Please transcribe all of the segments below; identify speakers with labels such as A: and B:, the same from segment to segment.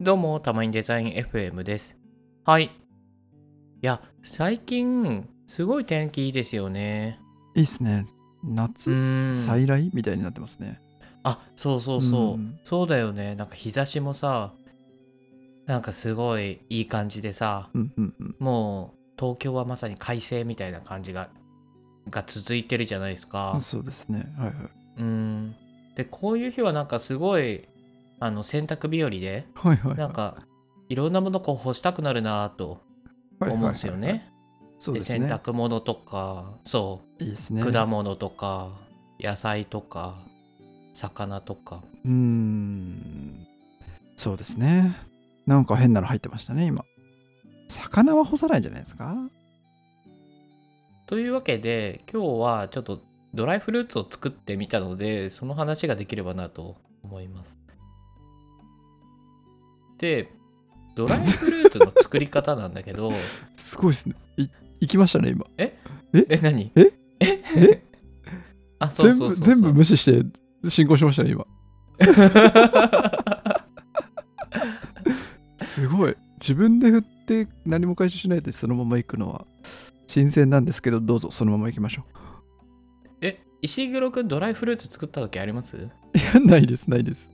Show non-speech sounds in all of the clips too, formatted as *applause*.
A: どうも、たまにデザイン FM です。はい。いや、最近、すごい天気いいですよね。
B: いいっすね。
A: う
B: 夏、
A: ーん。
B: 再来みたいになってますね。
A: あ、そうそうそう。
B: うん
A: そうだよね。なんか日差しもさ、なんかすごいいい感じでさ、
B: うんうんうん。
A: もう東京はまさに快晴みたいな感じが、が続いてるじゃないですか。
B: そうですね。はいはい。
A: うーん。で、こういう日はなんかすごい、あの、洗濯日和で、
B: はいはいはい。
A: なんか、いろんなものこう干したくなるなぁと
B: はいはいはい、
A: 思うんですよね。
B: そう
A: で
B: です
A: 洗
B: ね。
A: 濯物とかそ
B: いいです
A: う
B: ね。
A: 果物とか野菜とか魚とか
B: うーん。そうですね。なんか変なの入ってましたね、今。魚は干さないんじゃないですか
A: というわけで今日はちょっとドライフルーツを作ってみたのでその話ができればなと思いますでドライフルーツの作り方なんだけ
B: *laughs*
A: ど
B: すごいですね。い行きましたね、今。
A: え何
B: え
A: えあそう
B: 全
A: そう
B: 部、
A: そうそう
B: 全部無視して進行しましたね、今。すごい。自分で振って何も回収しないでそのまま行くのは新鮮なんですけど、どうぞそのまま行きましょう。
A: *laughs* え石黒くんドライフルーツ作った時あります
B: いや、ないです、ないです。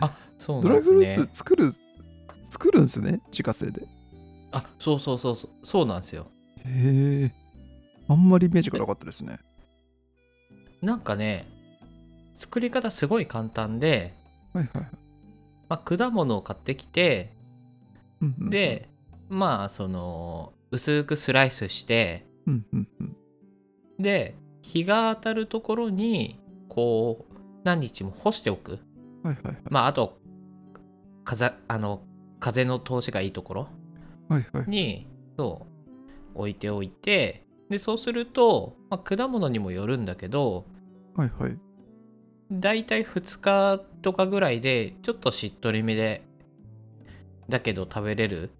A: あそう
B: ド
A: なん
B: ラ
A: で
B: イフ
A: す
B: ル
A: ね
B: ーツ作る、作るんですね、自家製で。
A: あそうそうそうそうそうなんですよ
B: へえ。あんまりイメージがなかったですね。
A: なんかね作り方すごい簡単で、
B: はいはいはい。
A: まあ、果物を買ってきて
B: うんうんうん、
A: でまあその薄くスライスして
B: うんうんうん、
A: で日が当たるところにこう何日も干しておく
B: はいはいはい。
A: まああと風あの風の通しがいいところ
B: はいはい。
A: にそう置いておいてでそうすると、まあ、果物にもよるんだけど
B: はいはい。
A: だいたい2日とかぐらいでちょっとしっとりめでだけど食べれる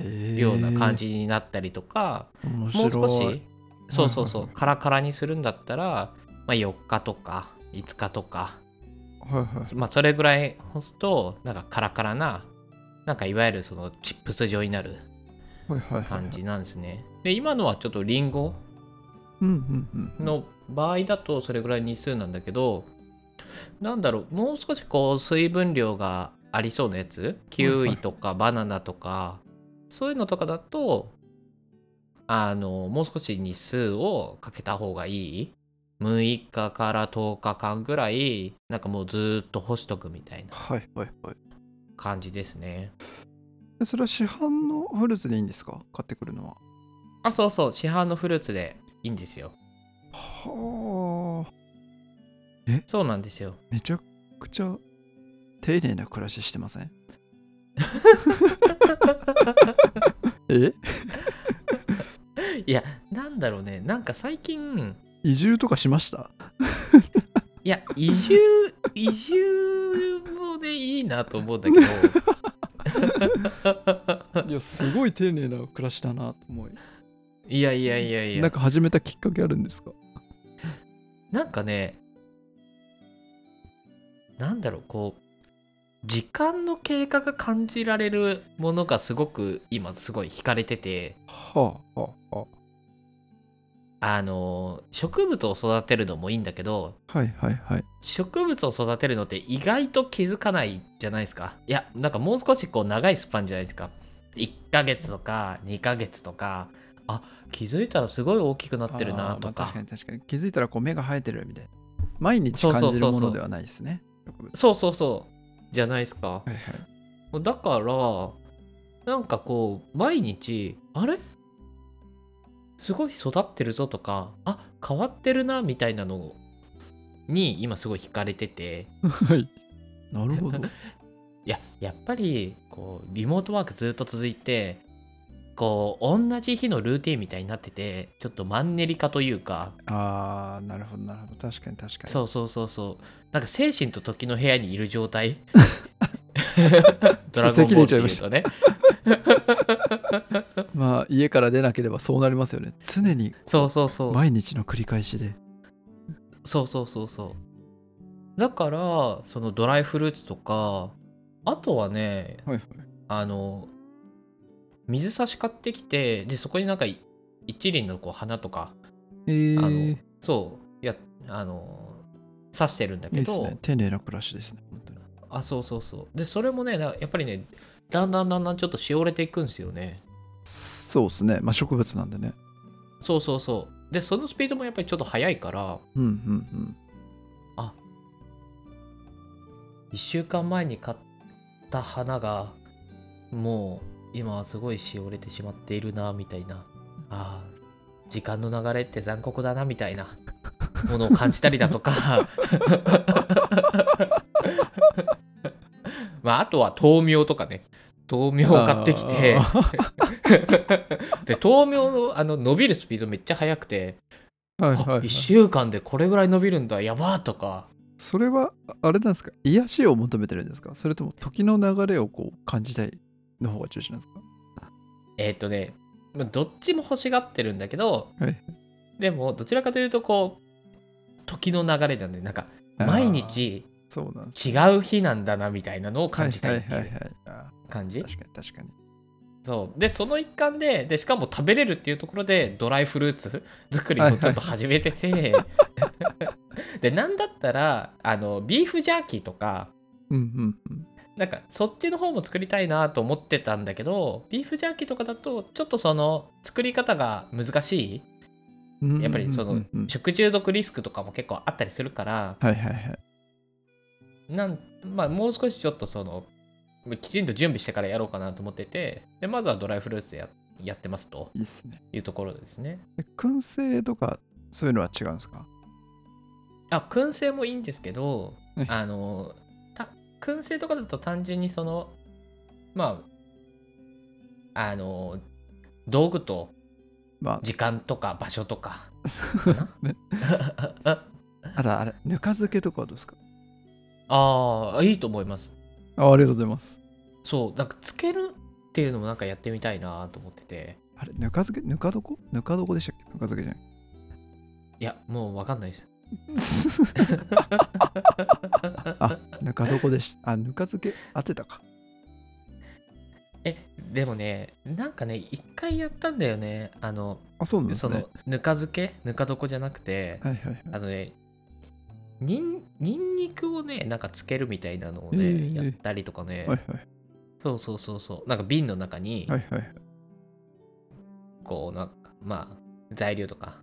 B: え
A: ような感。じになったりとか、
B: 面
A: も
B: 白
A: う
B: い。
A: 少しそうそうそう、
B: はいはいはい
A: カラカラにするんだったら、まあ、4日とか5日とか、
B: はいはい。
A: まあ、それぐらい干すとなんかカラカラななんかいわゆるそのチップス状になる
B: はいはいはい。
A: 感じ。なんですねで今のはちょっとリンゴ
B: うんうんうんうん。
A: の場合だとそれぐらい日数なんだけどなんだろうもう少しこう水分量がありそうなやつキウイとかバナナとかそういうのとかだとあのもう少し日数をかけた方がいい6日から10日間ぐらいなんかもうずーっと干しとくみたいな
B: はいはいはい。
A: 感じですね
B: えそれは市販のフルーツでいいんですか買ってくるのは。
A: あそうそう市販のフルーツでいいんですよ
B: はあ。
A: そうなんですよ
B: めちゃくちゃ丁寧な暮らししてませ
A: *laughs*
B: んえ
A: いやなんだろうねなんか最近
B: 移住とかしました
A: いや、移住、移住もね、いいなと思うんだけど、 *laughs*
B: いやすごい丁寧な暮らしだなと思い
A: いやいやいやいや、
B: な
A: なんんか
B: か始めたきっかけあるんですか
A: ね、なんだろう、こう、時間の経過が感じられるものがすごく今、すごい惹かれてて、
B: はあはあは
A: あの、植物を育てるのもいいんだけど、
B: あはいはいはい
A: 植物を育てるのって意外と気づかないじゃないですか。いや、なんかもう少しこう長いスパンじゃないですか。1ヶ月とか2ヶ月とか、あ気づいたらすごい大きくなってるな
B: あーま
A: とか。
B: あ確かに確かに気づいたらこう目が生えてるみたいな毎日
A: そうそうそ
B: 感
A: う
B: じ
A: そう
B: るものではないですね植物
A: そうそうそう。じゃないですか。
B: はいはい
A: だから、なんかこう、毎日、あれすごい育ってるぞとか、あ変わってるなみたいなのに今すごい惹かれてて。
B: はいなるほど
A: いややっぱりこうリモートワークずっと続いてこう同じ日のルーティンみたいになっててちょっとマンネリ化というか
B: あーなるほどなるほど確かに確かに
A: そうそうそうそうなんか精神と時の部屋にいる状 *laughs* 態ドラゴンボールっていうとね
B: まあ家から出なければそうなりますよね常に
A: そうそうそう
B: 毎日の繰り返しで
A: そうそうそうそうだからそのドライフルーツとかあとはね
B: はいはい。
A: あの水差し買ってきてでそこになんかい一輪のこう花とか
B: えー、
A: あのそうやあの刺してるんだ
B: いい
A: け
B: で
A: ど
B: すね。丁寧な暮らしですね。本当に
A: あそうそうそうでそれもねなやっぱりねだんだんだんだんちょっとしおれていくんですよね
B: そうですね。まあ植物なんでね。
A: そうそうそうでそのスピードもやっぱりちょっと速いから
B: うんうん
A: 1週間前に買った花がもう今はすごいしおれてしまっているなみたいなあー時間の流れって残酷だなみたいなものを感じたりだとか *laughs* まああとは豆苗とかね豆苗を買ってきて
B: あ
A: *laughs* で豆苗のあの伸びるスピードめっちゃ速くて、
B: うん。はい
A: あ
B: はい、はい
A: 1。週間でこれぐらい伸びるんだやばーとか
B: それはああれなんですか癒しを求めてるんですかそれとも時の流れをこう感じたいの方が重視なんですか
A: えーっ、とねまあどっちも欲しがってるんだけど、
B: はい
A: でもどちらかというとこう時の流れだねなんか毎日
B: あーそうなんです
A: 違う日なんだなみたいなのを感じたいってい
B: はいはいうはい、はいあ
A: 感じ
B: ー確かに確かに
A: そうでその一環ででしかも食べれるっていうところでドライフルーツ作りもちょっと始めてて、
B: *laughs*
A: でなんだったらあのビーフジャーキーとか
B: うんうんうん
A: なんかそっちの方も作りたいなと思ってたんだけどビーフジャーキーとかだとちょっとその作り方が難しい
B: うんうんうんうん
A: やっぱりその食中毒リスクとかも結構あったりするから
B: はいはいはい
A: なん、まあ、もう少しちょっとそのきちんと準備してからやろうかなと思っててでまずはドライフルーツでややってますと
B: いいっすね
A: いうところですね
B: え燻製とかそういうのは違うんですか
A: あ燻製もいいんですけど
B: はい
A: あのた燻製とかだと単純にそのまああの道具と
B: ま
A: 時間とか場所とか *laughs*
B: あ
A: か
B: *laughs* ね
A: な
B: あとあれぬか漬けとかはどうですか
A: ああいいと思います
B: あありがとうございます
A: そうなんかつけるっていうのもなんかやってみたいなと思ってて
B: あれぬか漬けぬか床ぬか床でしたっけぬか漬けじゃない
A: いやもうわかんないです *laughs*
B: あぬか床でしたあぬか漬け当てたか
A: えでもねなんかね一回やったんだよねあの
B: あそうなんです
A: そ
B: ね
A: のぬか漬けぬか床じゃなくて
B: はいはいはい
A: あのねにんにんにくをねなんかつけるみたいなのを
B: え
A: ね、
B: え
A: やったりとかね、
B: はいはい
A: そうそうそうそうなんか瓶の中に
B: はいはいはい
A: こうなんかまあ材料とか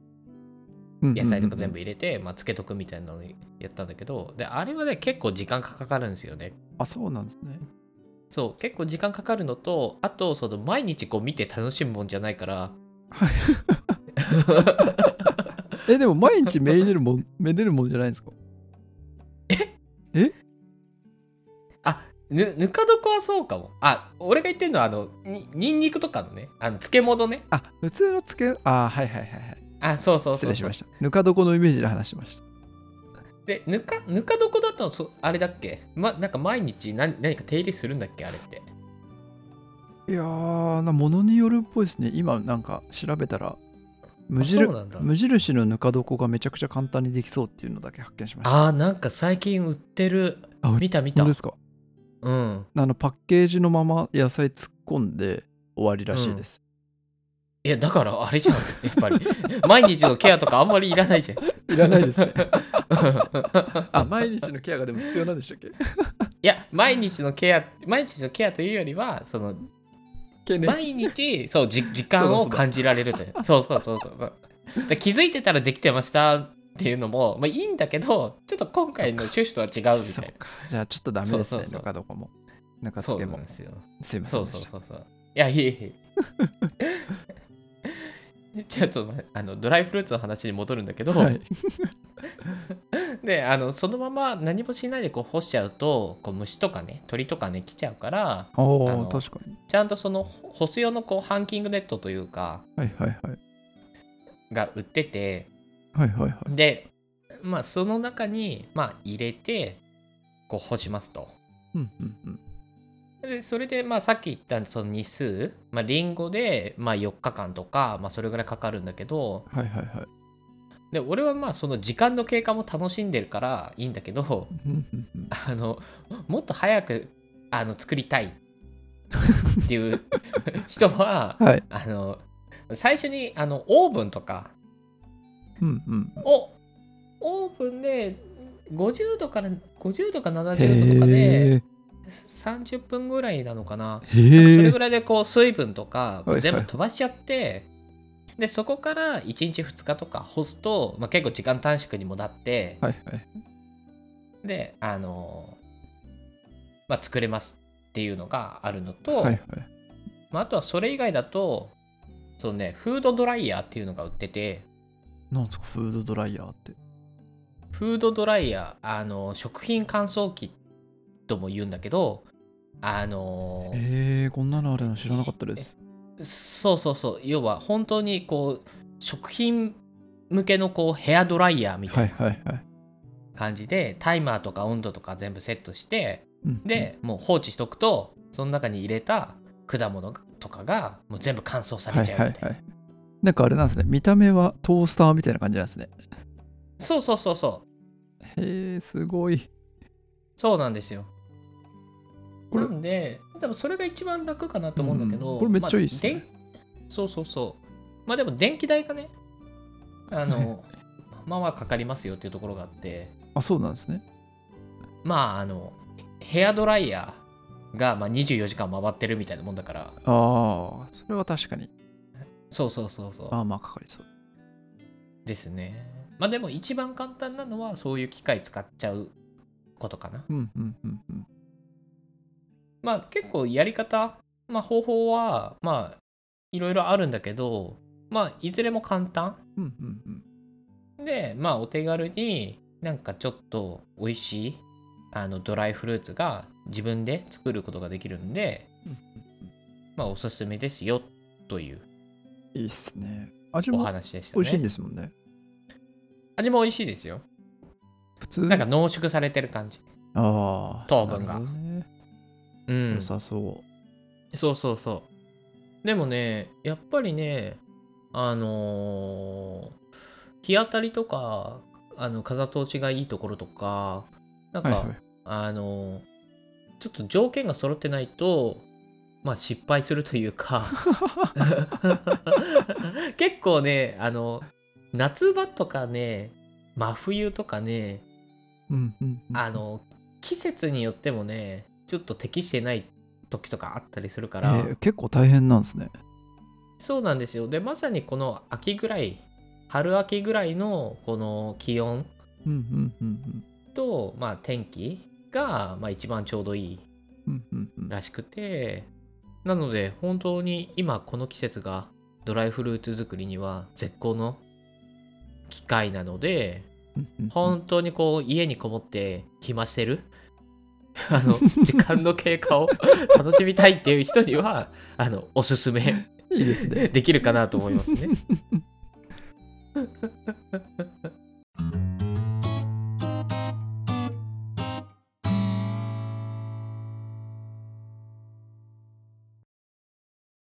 B: うんうんうんう
A: 野
B: ん
A: 菜とか全部入れて、まあ、つけとくみたいなのをやったんだけどであれはね結構時間かかるんですよね
B: あそうなんですね
A: そう結構時間かかるのとあとその毎日こう見て楽しむもんじゃないから
B: はいえでも毎日めでるもん *laughs* めでるもんじゃないんですか
A: あぬぬか床はそうかもあ俺が言ってるのはあのににんにくとかのねあの漬物ね
B: あ普通のつけあはいはいはいはい
A: あそうそう
B: 失
A: そう
B: 礼し
A: そう
B: ましたぬか床のイメージで話してました
A: でぬかぬか床だとそあれだっけ、ま、なんか毎日何何か手入れするんだっけあれって
B: いやーなものによるっぽいですね今なんか調べたら無
A: あそう
B: 印
A: なんだ
B: 無印のぬか床がめちゃくちゃ簡単にできそうっていうのだけ発見しました
A: あーなんか最近売ってる
B: あ売っ
A: 見た見
B: 本
A: た
B: 当ですか
A: うん
B: あのパッケージのまま野菜突っ込んで終わりらしいです、
A: いやだからあれじゃんやっぱり *laughs* 毎日のケアとかあんまりいらないじゃん
B: いらないですねあ
A: あ
B: 毎日のケアがでも必要なんでしたっ *laughs* け
A: *laughs* いや毎日のケア毎日のケアというよりはその
B: けね
A: 毎日そうじ時間を感じられるというそうそうそうそうそうで気づいてたらできてましたっていうのも、まあ、いいんだけどちょっと今回の趣旨とは違うみ
B: そ
A: た
B: う
A: い
B: かじゃあちょっとダメです
A: そう
B: ね
A: そうそう
B: ぬか床もぬか
A: なそうな
B: 漬けも
A: んですよ
B: すいません
A: そう
B: でした
A: そうそうそういやいえいえ *laughs* ちょっとあのドライフルーツの話に戻るんだけど、
B: はい
A: であのそのまま何もしないでこう干しちゃうとこう虫とかね鳥とかね来ちゃうから *laughs* あ
B: お
A: の
B: お確かに
A: ちゃんとそのほ干す用のこうハンキングネットというか
B: はいはいはい
A: が売ってて
B: はいはいはい
A: でまあその中にまあ入れてこう干しますと
B: うんうんうん
A: でそれでまあさっき言ったその日数まあリンゴでまあ4日間とかまあそれぐらいかかるんだけど
B: はいはいはい
A: で俺はまあその時間の経過も楽しんでるからいいんだけど
B: うんうんうん
A: あのもっと早くあの作りたいっていう人は、
B: はい
A: あの最初にあのオーブンとか
B: うんうん。
A: をオーブンで50度から50度か70度とかで
B: へえ。
A: 30分ぐらいなのかなそ
B: へ
A: れ
B: え
A: ぐ。らいでこう水分とか
B: はいはい
A: 全部飛ばしちゃってでそこから1日2日とか干すと、まあ、結構時間短縮にもなって
B: はいはい。
A: であのまあ作れますっていうのがあるのと、
B: はいはい。
A: まあ、あとはそれ以外だとそうねフードドライヤーっていうのが売ってて
B: なんですか、フードドライヤーって。
A: フードドライヤーあの食品乾燥機とも言うんだけどあの
B: へえ、こんなのあるの知らなかったです。
A: そうそうそう要は本当にこう食品向けのこうヘアドライヤーみた
B: はいい
A: な
B: はいはい。
A: 感じで、タイマーとか温度とか全部セットして
B: うん、
A: で、もう放置しとくとその中に入れた果物とかがもう全部乾燥さ
B: は
A: れ
B: い
A: ちゃうみ
B: は
A: たいな、
B: いはい。なんかあれなんですね、見た目はトースターみたいな感じなんですね。
A: そうそうそうそう
B: へえ、すごい。
A: そうなんですよ
B: こ
A: な
B: れ
A: んで多分それが一番楽かなと思うんだけど、
B: うんこれめっちゃいいっすね
A: まあ電そうそうそうまあでも電気代がねあのまあまあかかりますよっていうところがあって
B: あ、そうなんですね。
A: まああのヘアドライヤーがまあ24時間回ってるみたいなもんだから
B: ああ、それは確かに。
A: そうそうそうそう
B: ああ、まあかかりそう。
A: ですねまあでも一番簡単なのはそういう機械使っちゃうことかな
B: うんうんうんうん。
A: まあ結構やり方、まあ、方法はまあいろいろあるんだけどまあいずれも簡単
B: うんうんうん。
A: でまあお手軽になんかちょっと美味しいあのドライフルーツが自分で作ることができるんで
B: うんうん
A: まあおすすめですよという
B: いいっすね。味
A: お
B: も
A: 話でしたね
B: 美味しいんですもんね。
A: 味も美味しいですよ
B: 普通
A: なんか濃縮されてる感じ
B: ああ、
A: 糖分が
B: なるほどね
A: う
B: 良
A: ん
B: さそう。
A: そうそうそうでもねやっぱりねあのー日当たりとかあの風通しがいいところとかなんか、
B: はいはい。
A: あのちょっと条件が揃ってないとまあ失敗するというか *laughs* 結構ねあの夏場とかね真冬とかね
B: うんうんうん。
A: あの季節によってもねちょっと適してない時とかあったりするか
B: え
A: ら、
B: ー結構大変なんですね。
A: そうなんですよでまさにこの秋ぐらい春秋ぐらいのこの気温
B: うんうんうん
A: と、まあ、天気が、まあ、一番ちょうどいい
B: うん。うんうんうん。
A: らしくてなので本当に今この季節がドライフルーツ作りには絶好の機会なので
B: うんうんうん
A: 本当にこう家にこもって暇してる *laughs* あの時間の経過を *laughs* 楽しみたいっていう人にはあのおすすめ
B: いいですね。
A: できるかなと思いますね。